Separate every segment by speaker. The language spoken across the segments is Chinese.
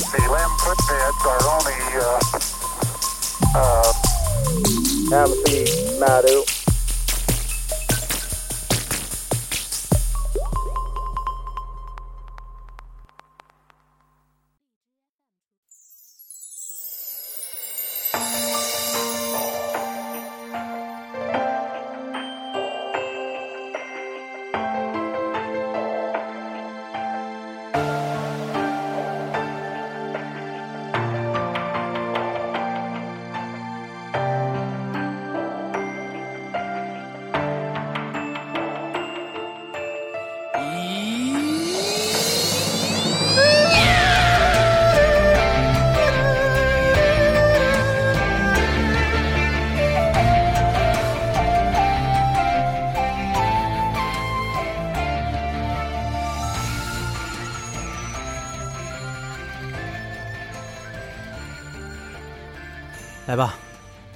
Speaker 1: quit beds are only, uh, uh, Amity, Madu.
Speaker 2: 来吧，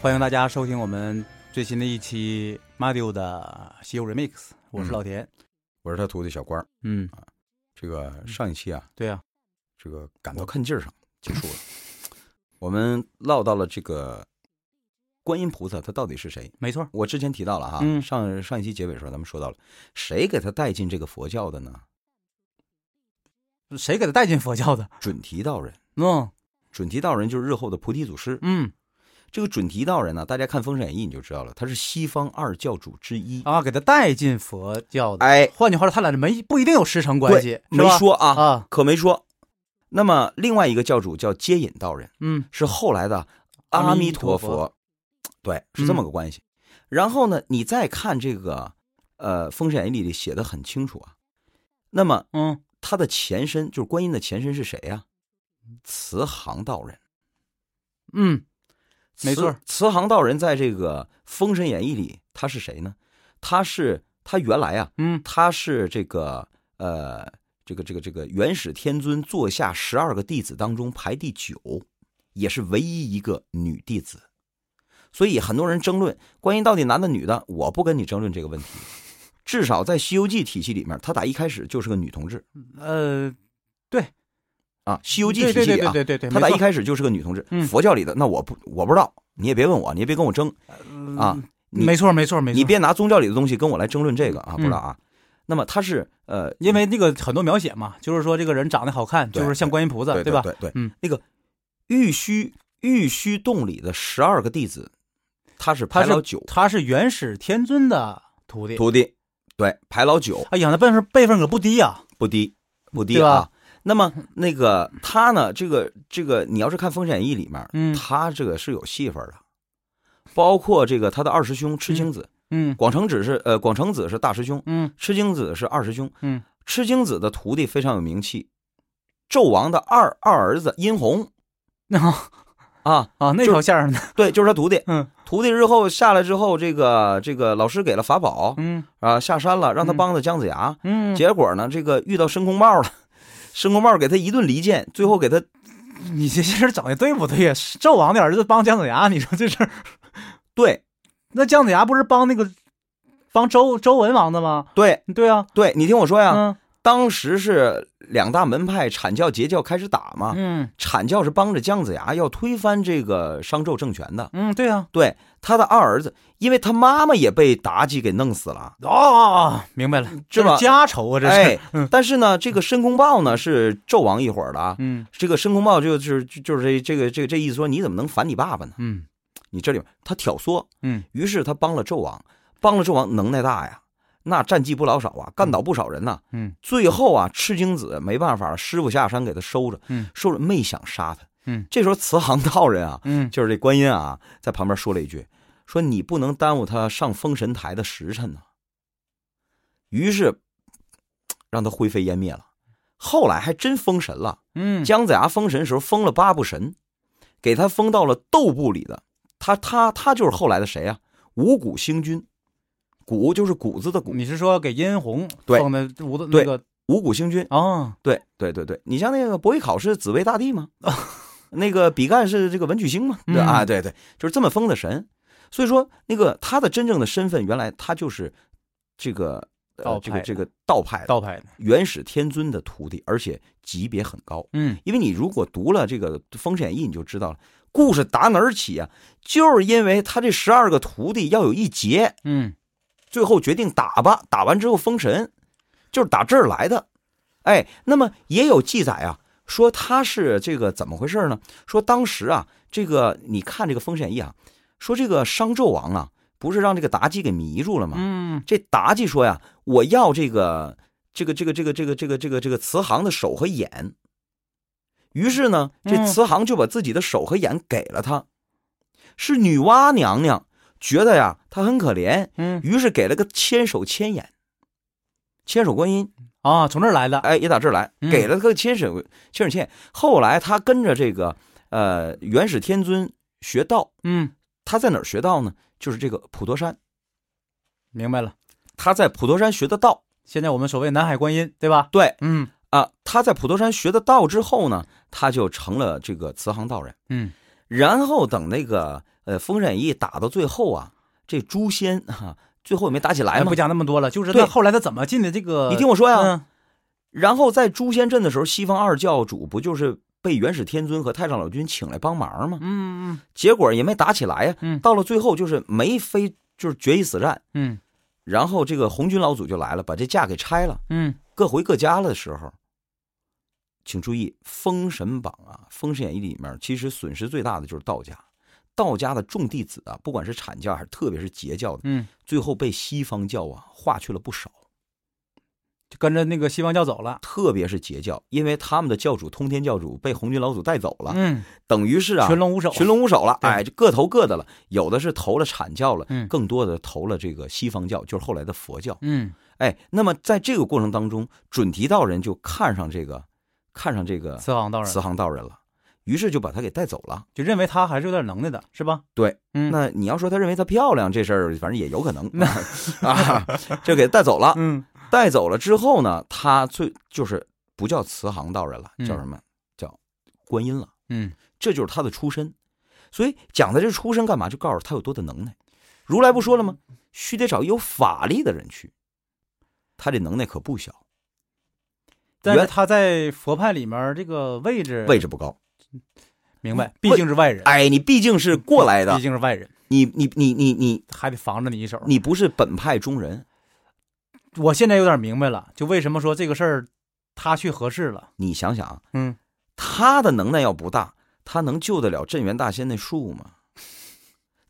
Speaker 2: 欢迎大家收听我们最新的一期 Mario 的《西游 Remix》，我
Speaker 3: 嗯
Speaker 2: 是老田。
Speaker 3: 我是他徒弟小官儿。
Speaker 2: 嗯，
Speaker 3: 这个上一期啊，
Speaker 2: 对呀、
Speaker 3: 这个赶到看劲儿上结束了。我们唠到了这个观音菩萨他到底是谁？
Speaker 2: 没错，
Speaker 3: 我之前提到了哈，
Speaker 2: 嗯
Speaker 3: 上上一期结尾的时候咱们说到了，谁给他带进这个佛教的呢？
Speaker 2: 谁给他带进佛教的？
Speaker 3: 准提道人，
Speaker 2: 嗯
Speaker 3: 准提道人就是日后的菩提祖师。
Speaker 2: 嗯
Speaker 3: 这个准提道人呢，大家看《封神演义》你就知道了，他是西方二教主之一。
Speaker 2: 啊，给他带进佛教的。
Speaker 3: 哎，
Speaker 2: 换句话说，他俩没不一定有师承关系，是
Speaker 3: 没
Speaker 2: 吧？
Speaker 3: 说啊，
Speaker 2: 啊，
Speaker 3: 可没说。那么另外一个教主叫接引道人。
Speaker 2: 嗯
Speaker 3: 是后来的
Speaker 2: 阿
Speaker 3: 阿
Speaker 2: 弥
Speaker 3: 弥
Speaker 2: 陀
Speaker 3: 陀
Speaker 2: 佛
Speaker 3: 佛，对，是这么
Speaker 2: 嗯
Speaker 3: 个关系。然后呢，你再看这个，呃，《封神演义》里写的很清楚啊。那么
Speaker 2: 嗯，
Speaker 3: 他的前身就是观音的前身是谁呀、慈航道人，
Speaker 2: 嗯，没
Speaker 3: 慈
Speaker 2: 错。
Speaker 3: 慈航道人在这个《封神演义》里他是谁呢？他是他原来啊，
Speaker 2: 嗯，
Speaker 3: 他是这个呃，这个这个这个元始天尊座下十二个弟子当中排第九，也是唯一一个女弟子。所以很多人争论观音到底男的女的，我不跟你争论这个问题。至少在《西游记》体系里面，她打一开始就是个女同志
Speaker 2: 呃，
Speaker 3: 啊，《西游记》
Speaker 2: 对
Speaker 3: 体
Speaker 2: 对
Speaker 3: 系
Speaker 2: 对
Speaker 3: 里
Speaker 2: 对
Speaker 3: 啊，
Speaker 2: 对对对，
Speaker 3: 她
Speaker 2: 没
Speaker 3: 打
Speaker 2: 错
Speaker 3: 一开始就是个女同志
Speaker 2: 嗯。
Speaker 3: 佛教里的那我不我不知道，你也别问我，你也别跟我争啊，你
Speaker 2: 没错没错嗯没错，
Speaker 3: 你别拿宗教里的东西跟我来争论这个啊，
Speaker 2: 嗯
Speaker 3: 不知道啊。那么她是呃，
Speaker 2: 因为那个很多描写嘛，就是说这个人长得好看，
Speaker 3: 对
Speaker 2: 就是像观音菩萨，
Speaker 3: 对
Speaker 2: 吧？
Speaker 3: 对对，
Speaker 2: 嗯
Speaker 3: 那个玉虚玉虚洞里的十二个弟子，他是
Speaker 2: 他
Speaker 3: 排
Speaker 2: 是
Speaker 3: 老九
Speaker 2: 他是元始天尊的徒弟。
Speaker 3: 徒弟，对，排老九
Speaker 2: 哎呀，那辈分辈分可不低呀、
Speaker 3: 不低不低
Speaker 2: 对吧
Speaker 3: 啊。那么那个他呢，这个这个，你要是看《封神演义》里面，
Speaker 2: 嗯
Speaker 3: 他这个是有戏份的，包括这个他的二师兄赤精子，
Speaker 2: 嗯
Speaker 3: 广成子是呃广成子是大师兄，
Speaker 2: 嗯
Speaker 3: 赤精子是二师兄，
Speaker 2: 嗯，
Speaker 3: 赤精子的徒弟非常有名气，纣王的二二儿子殷红
Speaker 2: 啊
Speaker 3: 啊，
Speaker 2: 啊，那
Speaker 3: 就
Speaker 2: 条线儿呢？
Speaker 3: 对，就是他徒弟。
Speaker 2: 嗯，
Speaker 3: 徒弟日后下来之后，这个这个老师给了法宝
Speaker 2: 嗯
Speaker 3: 啊，下山了，让他帮着姜子牙。
Speaker 2: 嗯，
Speaker 3: 结果呢，这个遇到申公豹了，申公豹给他一顿离间，最后给他
Speaker 2: 你这些人整的对不对呀？纣王的儿子帮姜子牙，你说这事儿，
Speaker 3: 对
Speaker 2: 那姜子牙不是帮那个帮周周文王的吗？
Speaker 3: 对
Speaker 2: 对啊，
Speaker 3: 对，你听我说呀，
Speaker 2: 嗯
Speaker 3: 当时是两大门派阐教、截教开始打嘛，
Speaker 2: 嗯
Speaker 3: 阐教是帮着姜子牙要推翻这个商纣政权的。
Speaker 2: 嗯，对啊，
Speaker 3: 对他的二儿子，因为他妈妈也被妲己给弄死了，
Speaker 2: 哦，明白了，
Speaker 3: 是
Speaker 2: 这是
Speaker 3: 吧
Speaker 2: 家仇啊，这是，
Speaker 3: 哎
Speaker 2: 嗯，
Speaker 3: 但是呢，这个申公豹呢是纣王一伙儿的啊，
Speaker 2: 嗯
Speaker 3: 这个申公豹就就是就就是这这个这个这意思说你怎么能反你爸爸呢？
Speaker 2: 嗯
Speaker 3: 你这里面他挑唆，
Speaker 2: 嗯，
Speaker 3: 于是他帮了纣王，帮了纣王能耐大呀，那战绩不老少啊，干倒不少人呐、
Speaker 2: 嗯
Speaker 3: 最后啊，赤精子没办法，师傅下山给他收着，
Speaker 2: 嗯
Speaker 3: 收着没想杀他，
Speaker 2: 嗯，
Speaker 3: 这时候慈航道人啊，
Speaker 2: 嗯
Speaker 3: 就是这观音啊，在旁边说了一句，说你不能耽误他上封神台的时辰呐、于是嘖让他灰飞烟灭了。后来还真封神了。
Speaker 2: 嗯，
Speaker 3: 姜子牙封神时候封了八部神，给他封到了斗部里的他，他他就是后来的谁啊？五谷星君，谷就是谷子的谷，
Speaker 2: 你是说给殷红
Speaker 3: 对
Speaker 2: 放的屋子那
Speaker 3: 对
Speaker 2: 个
Speaker 3: 五谷星君。
Speaker 2: 啊？
Speaker 3: 对对对对，你像那个伯邑考是紫薇大 帝吗？那个比干是这个文曲星吗？对、啊，
Speaker 2: 嗯
Speaker 3: 对对，就是这么封的神。所以说，那个他的真正的身份，原来他就是这个
Speaker 2: 道派
Speaker 3: 呃这个这个道派的
Speaker 2: 道派的，
Speaker 3: 元始天尊的徒弟，而且级别很高。
Speaker 2: 嗯，
Speaker 3: 因为你如果读了这个《封神演义》，你就知道了，故事打哪儿起啊？就是因为他这十二个徒弟要有一劫，
Speaker 2: 嗯，
Speaker 3: 最后决定打吧，打完之后封神，就是打这儿来的。哎，那么也有记载啊，说他是这个怎么回事呢？说当时啊，这个你看这个《封神演义》啊，说这个商纣王啊，不是让这个妲己给迷住了吗？
Speaker 2: 嗯，
Speaker 3: 这妲己说呀，我要这个这个这个这个这个这个这个这个慈航的手和眼。于是呢，这
Speaker 2: 嗯
Speaker 3: 慈航就把自己的手和眼给了他。是女娲娘娘觉得呀，他很可怜，
Speaker 2: 嗯
Speaker 3: 于是给了个千手千眼，千手观音，
Speaker 2: 啊，从这儿来的，
Speaker 3: 哎，也打这儿来，
Speaker 2: 嗯
Speaker 3: 给了个千手千手千眼。后来他跟着这个呃元始天尊学道，
Speaker 2: 嗯，
Speaker 3: 他在哪儿学道呢？就是这个普陀山，
Speaker 2: 明白了。
Speaker 3: 他在普陀山学的道。
Speaker 2: 现在我们所谓南海观音，对吧？
Speaker 3: 对，
Speaker 2: 嗯
Speaker 3: 啊，他在普陀山学的道之后呢，他就成了这个慈航道人。
Speaker 2: 嗯，
Speaker 3: 然后等那个呃《封神演义》打到最后啊，这诛仙哈、最后也没打起来
Speaker 2: 咱
Speaker 3: 嘛
Speaker 2: 哎不。讲那么多了，就是
Speaker 3: 对
Speaker 2: 他后来他怎么进的这个？
Speaker 3: 你听我说呀、
Speaker 2: 嗯
Speaker 3: 然后在诛仙阵的时候，西方二教主不就是被元始天尊和太上老君请来帮忙吗？
Speaker 2: 嗯嗯
Speaker 3: 结果也没打起来呀、
Speaker 2: 嗯
Speaker 3: 到了最后就是没非就是决一死战。
Speaker 2: 嗯
Speaker 3: 然后这个红军老祖就来了，把这架给拆了，
Speaker 2: 嗯，
Speaker 3: 各回各家了的时候，请注意《封神榜》啊，《封神演义》里面其实损失最大的就是道家，道家的众弟子啊，不管是阐教还是特别是截教的，
Speaker 2: 嗯，
Speaker 3: 最后被西方教啊化去了不少。
Speaker 2: 就跟着那个西方教走了。
Speaker 3: 特别是截教，因为他们的教主通天教主被红军老祖带走了，
Speaker 2: 嗯，
Speaker 3: 等于是啊，
Speaker 2: 群龙无首。
Speaker 3: 群龙无首了，
Speaker 2: 对
Speaker 3: 哎，就各投各的了。有的是投了阐教了，
Speaker 2: 嗯
Speaker 3: 更多的投了这个西方教，就是后来的佛教。
Speaker 2: 嗯，
Speaker 3: 哎，那么在这个过程当中，准提道人就看上这个，看上这个
Speaker 2: 慈航道人
Speaker 3: 慈航道人了，于是就把他给带走了。
Speaker 2: 就认为他还是有点能耐的，是吧？
Speaker 3: 对，
Speaker 2: 嗯
Speaker 3: 那你要说他认为她漂亮这事儿，反正也有可能啊， 就给带走了。
Speaker 2: 嗯
Speaker 3: 带走了之后呢，他最就是不叫慈航道人了，
Speaker 2: 嗯
Speaker 3: 叫什么？叫观音了。
Speaker 2: 嗯，
Speaker 3: 这就是他的出身。所以讲他这出身干嘛？就告诉他有多大能耐。如来不说了吗？须得找有法力的人去。他这能耐可不小，
Speaker 2: 但是
Speaker 3: 原
Speaker 2: 他在佛派里面这个位置，
Speaker 3: 位置不高。
Speaker 2: 明白，毕
Speaker 3: 位
Speaker 2: 竟是外人，
Speaker 3: 哎，你毕竟是过来的
Speaker 2: 毕，竟是外人，
Speaker 3: 你你你你你
Speaker 2: 还得防着你一手。
Speaker 3: 你不是本派中人，
Speaker 2: 我现在有点明白了，就为什么说这个事儿他去合适了。
Speaker 3: 你想想啊，
Speaker 2: 嗯，
Speaker 3: 他的能耐要不大，他能救得了镇元大仙那树吗？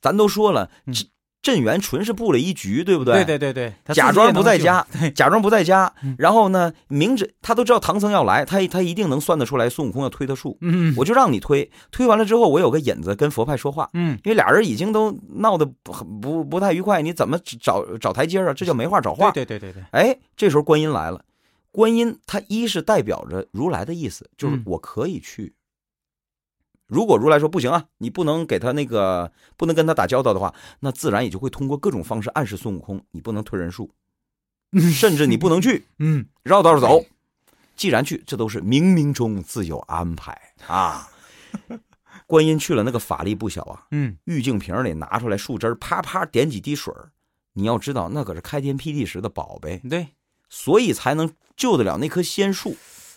Speaker 3: 咱都说了，
Speaker 2: 嗯
Speaker 3: 镇镇元纯是布了一局，对不对？
Speaker 2: 对对对对，他自己
Speaker 3: 假装
Speaker 2: 也能
Speaker 3: 不在
Speaker 2: 救
Speaker 3: 家，
Speaker 2: 对，
Speaker 3: 假装不在家
Speaker 2: 嗯，
Speaker 3: 然后呢，明知他都知道唐僧要来，他他一定能算得出来孙悟空要推他数，
Speaker 2: 嗯
Speaker 3: 我就让你推，推完了之后，我有个引子跟佛派说话，
Speaker 2: 嗯，
Speaker 3: 因为俩人已经都闹得不很不不太愉快，你怎么找找台阶啊？这叫没话找话。
Speaker 2: 对对对对对，
Speaker 3: 哎，这时候观音来了，观音他一是代表着如来的意思，就是
Speaker 2: 嗯
Speaker 3: 我可以去。如果如来说不行啊，你不能给他那个不能跟他打交道的话，那自然也就会通过各种方式暗示孙悟空，你不能推人数，甚至你不能去，
Speaker 2: 嗯，
Speaker 3: 绕道儿走。既然去，这都是冥冥中自有安排啊。观音去了，那个法力不小啊，
Speaker 2: 嗯
Speaker 3: 玉净瓶里拿出来树枝儿，啪啪点几滴水儿你要知道，那可是开天辟地时的宝贝。
Speaker 2: 嗯对，
Speaker 3: 所以才能救得了那棵仙树。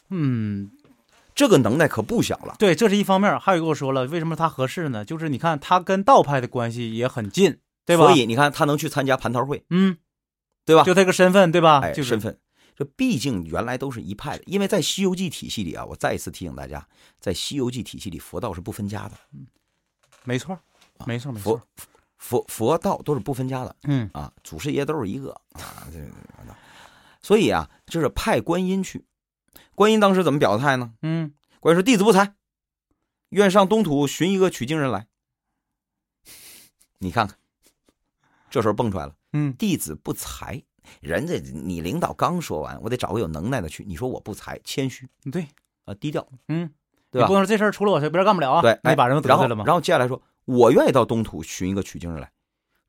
Speaker 2: 嗯
Speaker 3: 这个能耐可不小了。
Speaker 2: 对，这是一方面儿。还有一个我说了，为什么他合适呢？就是你看他跟道派的关系也很近，对吧？
Speaker 3: 所以你看，他能去参加蟠桃会，
Speaker 2: 嗯，
Speaker 3: 对吧？
Speaker 2: 就这个身份，对吧？
Speaker 3: 哎，
Speaker 2: 就是
Speaker 3: 身份，这毕竟原来都是一派的。因为在《西游记》体系里啊，我再一次提醒大家，在《西游记》体系里，佛道是不分家的，
Speaker 2: 没错儿，没错儿没错
Speaker 3: 啊佛
Speaker 2: 儿。
Speaker 3: 佛佛道都是不分家的
Speaker 2: 嗯
Speaker 3: 啊，祖师爷都是一个啊。这所以啊，就是派观音去。观音当时怎么表态呢？
Speaker 2: 嗯，
Speaker 3: 观音说：“弟子不才，愿上东土寻一个取经人来。” 你看看，这时候蹦出来了。
Speaker 2: 嗯，
Speaker 3: 弟子不才，人家你领导刚说完，我得找个有能耐的去。你说我不才，谦虚
Speaker 2: 嗯对，
Speaker 3: 啊、低调，
Speaker 2: 嗯，
Speaker 3: 对
Speaker 2: 你
Speaker 3: 吧
Speaker 2: 不能说这事儿除了我谁别人干不了啊，
Speaker 3: 对，哎
Speaker 2: 你把人得
Speaker 3: 然后
Speaker 2: 罪了吗？
Speaker 3: 然后接下来说，我愿意到东土寻一个取经人来，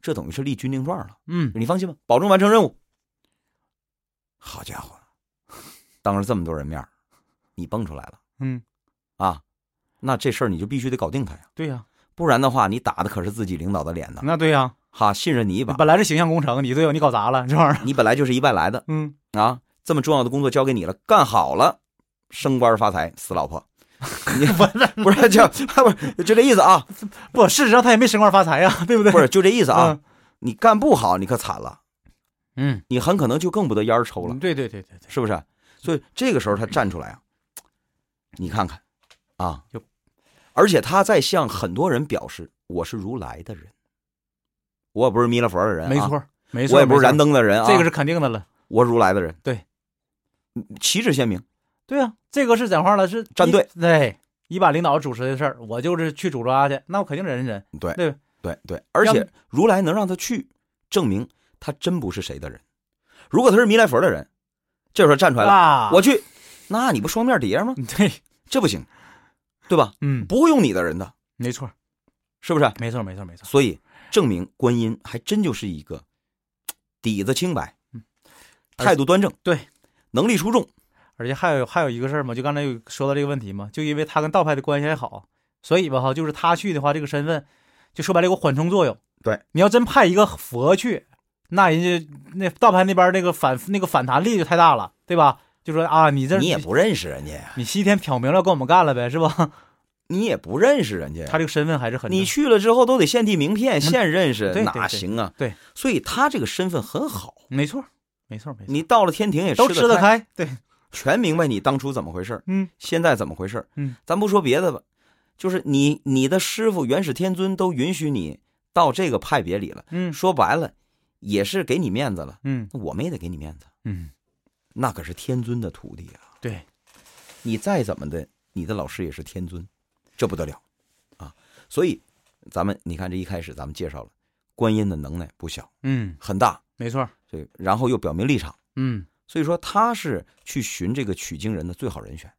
Speaker 3: 这等于是立军令状了。
Speaker 2: 嗯，
Speaker 3: 你放心吧，保证完成任务。好家伙，当着这么多人面儿，你蹦出来了，
Speaker 2: 嗯，
Speaker 3: 啊，那这事儿你就必须得搞定他呀，
Speaker 2: 对呀，
Speaker 3: 不然的话，你打的可是自己领导的脸呢。
Speaker 2: 那对呀，
Speaker 3: 哈，信任你一把。
Speaker 2: 本来是形象工程，你队友你搞砸了这玩意儿，
Speaker 3: 你本来就是一外来 的
Speaker 2: 嗯，
Speaker 3: 啊，这么重要的工作交给你了，干好了，升官发财，死老婆。你不是就不是就这意思啊？
Speaker 2: 不，事实上他也没升官发财呀、对不对？
Speaker 3: 不是就这意思啊
Speaker 2: 嗯？
Speaker 3: 你干不好，你可惨了，
Speaker 2: 嗯，
Speaker 3: 你很可能就更不得烟儿抽了。
Speaker 2: 对对对对对，
Speaker 3: 是不是？所以这个时候他站出来啊，你看看，啊
Speaker 2: 就，
Speaker 3: 而且他在向很多人表示，我是如来的人，我也不是弥勒佛的人、啊，
Speaker 2: 没错，没错，
Speaker 3: 我也不是燃
Speaker 2: 没错、
Speaker 3: 灯的人啊，
Speaker 2: 这个是肯定的了。
Speaker 3: 我如来的人，
Speaker 2: 对
Speaker 3: 嗯，旗帜鲜明，
Speaker 2: 对啊，这个是讲话了，是
Speaker 3: 站队，
Speaker 2: 一对，一把领导主持的事儿，我就是去主抓去，那我肯定忍一忍。
Speaker 3: 对
Speaker 2: 对
Speaker 3: 对对，而且如来能让他去，证明他真不是谁的人。如果他是弥勒佛的人，这时候站出来了，
Speaker 2: 啊，嗯
Speaker 3: 我去，那你不双面谍吗？
Speaker 2: 对，
Speaker 3: 这不行，对吧？
Speaker 2: 嗯，
Speaker 3: 不会用你的人的，
Speaker 2: 没错，
Speaker 3: 是不是？
Speaker 2: 没错，没错，没错。
Speaker 3: 所以证明观音还真就是一个底子清白
Speaker 2: 嗯，而
Speaker 3: 态度端正，
Speaker 2: 对，
Speaker 3: 能力出众，
Speaker 2: 而且还有还有一个事儿嘛，就刚才有说到这个问题嘛，就因为他跟道派的关系还好，所以吧哈，就是他去的话，这个身份就说白了有个缓冲作用。
Speaker 3: 对，
Speaker 2: 你要真派一个佛去，那人家那道派那边那个反那个反弹力就太大了，对吧？就说啊，你这
Speaker 3: 你也不认识人家呀，
Speaker 2: 你西天挑明了跟我们干了呗，是吧？
Speaker 3: 你也不认识人家
Speaker 2: 他
Speaker 3: 呀。
Speaker 2: 这个身份还是很嗯
Speaker 3: 你去了之后都得现递名片，现认识
Speaker 2: 对对
Speaker 3: 哪
Speaker 2: 对
Speaker 3: 行啊？
Speaker 2: 对，
Speaker 3: 所以他这个身份很好。
Speaker 2: 没错，没错，没错，
Speaker 3: 你到了天庭也
Speaker 2: 都
Speaker 3: 吃
Speaker 2: 吃
Speaker 3: 得
Speaker 2: 得
Speaker 3: 开，
Speaker 2: 开。对，
Speaker 3: 全明白你当初怎么回事儿
Speaker 2: 嗯，
Speaker 3: 现在怎么回事儿
Speaker 2: 嗯，
Speaker 3: 咱不说别的吧，就是你你的师傅元始天尊都允许你到这个派别里了，
Speaker 2: 嗯
Speaker 3: 说白了也是给你面子了，
Speaker 2: 嗯
Speaker 3: 那我们也得给你面子。
Speaker 2: 嗯，
Speaker 3: 那可是天尊的徒弟啊！
Speaker 2: 对，
Speaker 3: 你再怎么的，你的老师也是天尊，这不得了啊！所以，咱们你看这一开始咱们介绍了观音的能耐不小，
Speaker 2: 嗯，
Speaker 3: 很大，
Speaker 2: 没错，
Speaker 3: 这然后又表明立场，
Speaker 2: 嗯。
Speaker 3: 所以说他是去寻这个取经人的最好人选。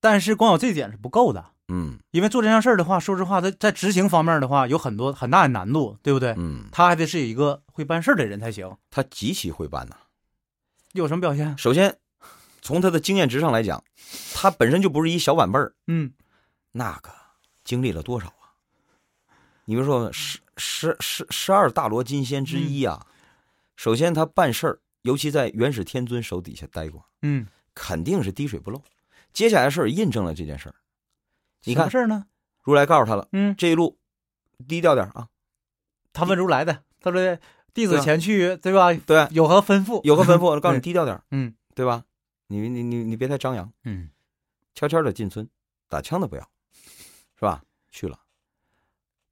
Speaker 2: 但是光有这点是不够的，
Speaker 3: 嗯
Speaker 2: 因为做这件事儿的话，说实话，在在执行方面的话，有很多很大的难度，对不对？
Speaker 3: 嗯，
Speaker 2: 他还得是一个会办事儿的人才行。
Speaker 3: 他极其会办呐、
Speaker 2: 有什么表现？
Speaker 3: 首先，从他的经验值上来讲，他本身就不是一小晚辈儿，
Speaker 2: 嗯，
Speaker 3: 那个经历了多少啊？你别说十十十十二大罗金仙之一啊，首先他办事儿，尤其在元始天尊手底下待过，
Speaker 2: 嗯，
Speaker 3: 肯定是滴水不漏。接下来的事儿印证了这件事儿。你
Speaker 2: 什么
Speaker 3: 看，
Speaker 2: 事儿呢？
Speaker 3: 如来告诉他了，
Speaker 2: 嗯，
Speaker 3: 这一路低调点儿啊，
Speaker 2: 他问如来的，他说弟
Speaker 3: 对
Speaker 2: 子
Speaker 3: 啊
Speaker 2: 前去，对吧？
Speaker 3: 对啊，
Speaker 2: 有何吩咐？
Speaker 3: 有个吩咐， 我告诉你
Speaker 2: 对
Speaker 3: 低调点儿，
Speaker 2: 嗯
Speaker 3: 对吧？你你你你别太张扬，
Speaker 2: 嗯
Speaker 3: 悄悄的进村，打枪的不要，是吧？去了，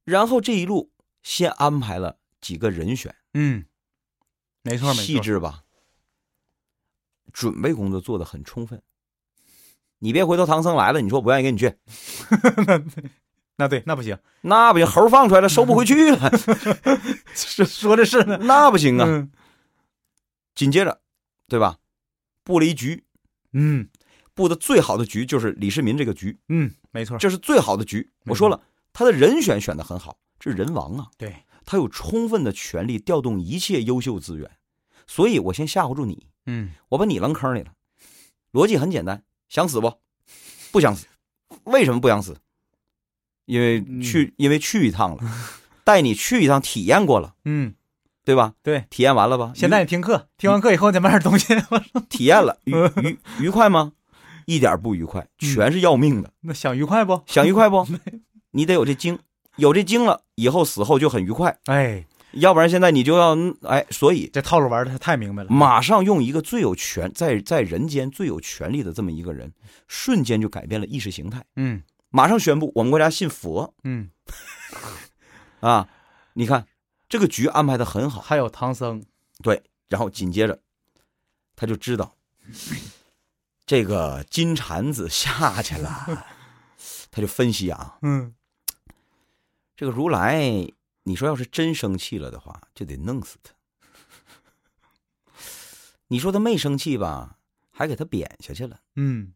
Speaker 3: 然后这一路先安排了几个人选。
Speaker 2: 嗯，没错没
Speaker 3: 细
Speaker 2: 错，
Speaker 3: 致吧，准备工作做的很充分。你别回头唐僧来了，你说我不愿意跟你去，
Speaker 2: 那对那不行，
Speaker 3: 那不行，猴放出来了收不回去了，
Speaker 2: 是说的是呢。
Speaker 3: 那不行啊。
Speaker 2: 嗯
Speaker 3: 紧接着，对吧？布了一局，
Speaker 2: 嗯
Speaker 3: 布的最好的局就是李世民这个局，
Speaker 2: 嗯，没错，
Speaker 3: 这是最好的局。
Speaker 2: 没错
Speaker 3: 我说了，他的人选选的很好，这是人王啊，
Speaker 2: 对，
Speaker 3: 他有充分的权利调动一切优秀资源，所以我先吓唬住你，
Speaker 2: 嗯
Speaker 3: 我把你扔坑里了。逻辑很简单，想死不？不想死。为什么不想死？因为
Speaker 2: 嗯
Speaker 3: 去，因为去一 趟了，带你去一趟，体验过了，
Speaker 2: 嗯，
Speaker 3: 对吧？
Speaker 2: 对，
Speaker 3: 体验完了吧？
Speaker 2: 现在你听课，听完课以后再买点东西。
Speaker 3: 愉体验了，愉愉愉快吗？一点不愉快，
Speaker 2: 嗯
Speaker 3: 全是要命的。
Speaker 2: 那想愉快不？
Speaker 3: 想愉 快不？你得有这经，有这经了，以后死后就很愉快。
Speaker 2: 哎，
Speaker 3: 要不然现在你就要哎，所以
Speaker 2: 这套路玩的太明白了。
Speaker 3: 马上用一个最有权在在人间最有权力的这么一个人，瞬间就改变了意识形态。
Speaker 2: 嗯
Speaker 3: 马上宣布我们国家信佛
Speaker 2: 嗯，
Speaker 3: 啊！你看这个局安排的很好，
Speaker 2: 还有唐僧，
Speaker 3: 然后紧接着他就知道 这个金蝉子下去了， 他就分析啊，
Speaker 2: 嗯
Speaker 3: 这个如来，你说要是真生气了的话，就得弄死他。 你说他没生气吧，还给他贬下去了。
Speaker 2: 嗯，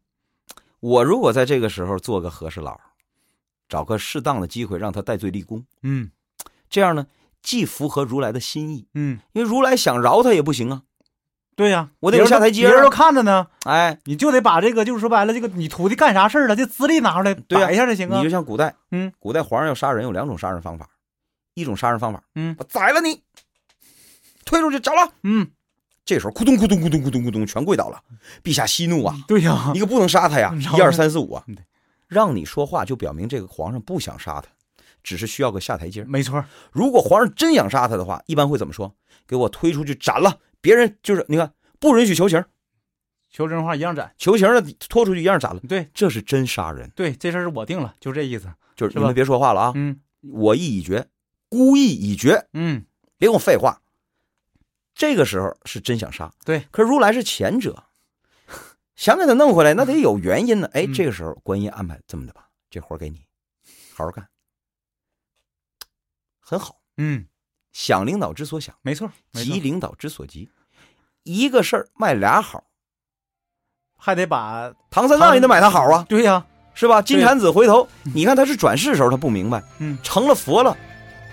Speaker 3: 我如果在这个时候做个和事佬，找个适当的机会让他戴罪立功，
Speaker 2: 嗯
Speaker 3: 这样呢，既符合如来的心意，
Speaker 2: 嗯，
Speaker 3: 因为如来想饶他也不行啊。
Speaker 2: 对呀、
Speaker 3: 我得有
Speaker 2: 别人
Speaker 3: 下
Speaker 2: 都
Speaker 3: 台阶啊
Speaker 2: 别人都看着呢，
Speaker 3: 哎，
Speaker 2: 你就得把这个，就是说白了，这个你徒弟干啥事儿了，这资历拿出来
Speaker 3: 对呀
Speaker 2: 摆一下才行啊
Speaker 3: 你就。像古代，
Speaker 2: 嗯，
Speaker 3: 古代皇上要杀人有两种杀人方法，一种杀人方法，
Speaker 2: 嗯，
Speaker 3: 我宰了你，推出去斩了。
Speaker 2: 嗯，
Speaker 3: 这时候咕咚咕咚咕咚咕咚咕咚全跪倒了，陛下息怒啊，
Speaker 2: 对呀、
Speaker 3: 你可不能杀他呀
Speaker 2: 嗯！
Speaker 3: 一二三四五啊
Speaker 2: 嗯对，
Speaker 3: 让你说话就表明这个皇上不想杀他，只是需要个下台阶儿。
Speaker 2: 没错儿，
Speaker 3: 如果皇上真想杀他的话，一般会怎么说？给我推出去斩了！别人就是你看，不允许求情，
Speaker 2: 求真话一样斩。
Speaker 3: 求情的拖出去一样斩了。
Speaker 2: 对
Speaker 3: 这是真杀人，
Speaker 2: 对，这事儿是我定了，就这意思。
Speaker 3: 就是
Speaker 2: 是
Speaker 3: 你
Speaker 2: 吧
Speaker 3: 们别说话了啊！
Speaker 2: 嗯
Speaker 3: 我意已决，孤意已决，
Speaker 2: 嗯，
Speaker 3: 别跟我废话。这个时候是真想杀，
Speaker 2: 对。
Speaker 3: 可是如来是前者，想给他弄回来，那得有 原因呢。哎，
Speaker 2: 嗯
Speaker 3: 这个时候观音安排这么的吧，这活儿给你，好好干，很好。
Speaker 2: 嗯，
Speaker 3: 想领导之所想，
Speaker 2: 没错儿，没错
Speaker 3: 急
Speaker 2: 儿，
Speaker 3: 领导之所急，一个事儿卖俩好，
Speaker 2: 还得把
Speaker 3: 唐三藏也得买他好啊，
Speaker 2: 对呀、
Speaker 3: 是吧？金蝉子回头，你看他是转世的时候他不明白，
Speaker 2: 嗯
Speaker 3: 成了佛了，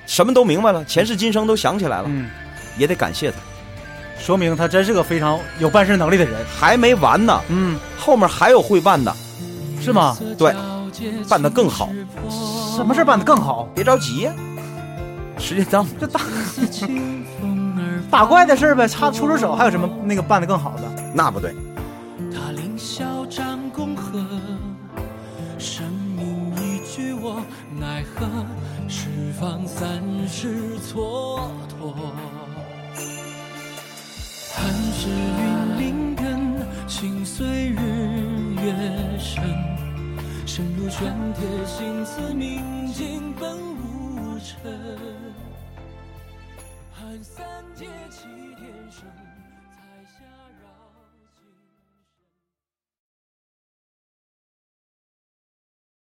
Speaker 3: 什么都明白了，前世今生都想起来了，
Speaker 2: 嗯，
Speaker 3: 也得感谢他。
Speaker 2: 说明他真是个非常有办事能力的人。
Speaker 3: 还没完呢，
Speaker 2: 嗯，
Speaker 3: 后面还有会办的，
Speaker 2: 是吗？
Speaker 3: 对，办得更好，
Speaker 2: 什么事儿 办得更好？
Speaker 3: 别着急呀、时间到，这大
Speaker 2: 打怪的事儿呗，差出出手，还有什么那个办得更好的？
Speaker 3: 那不对，
Speaker 4: 他凌霄战功和，生命一句我奈何，释放三世蹉跎。寒是云林根，情随日月深，深入玄铁，心思明镜本无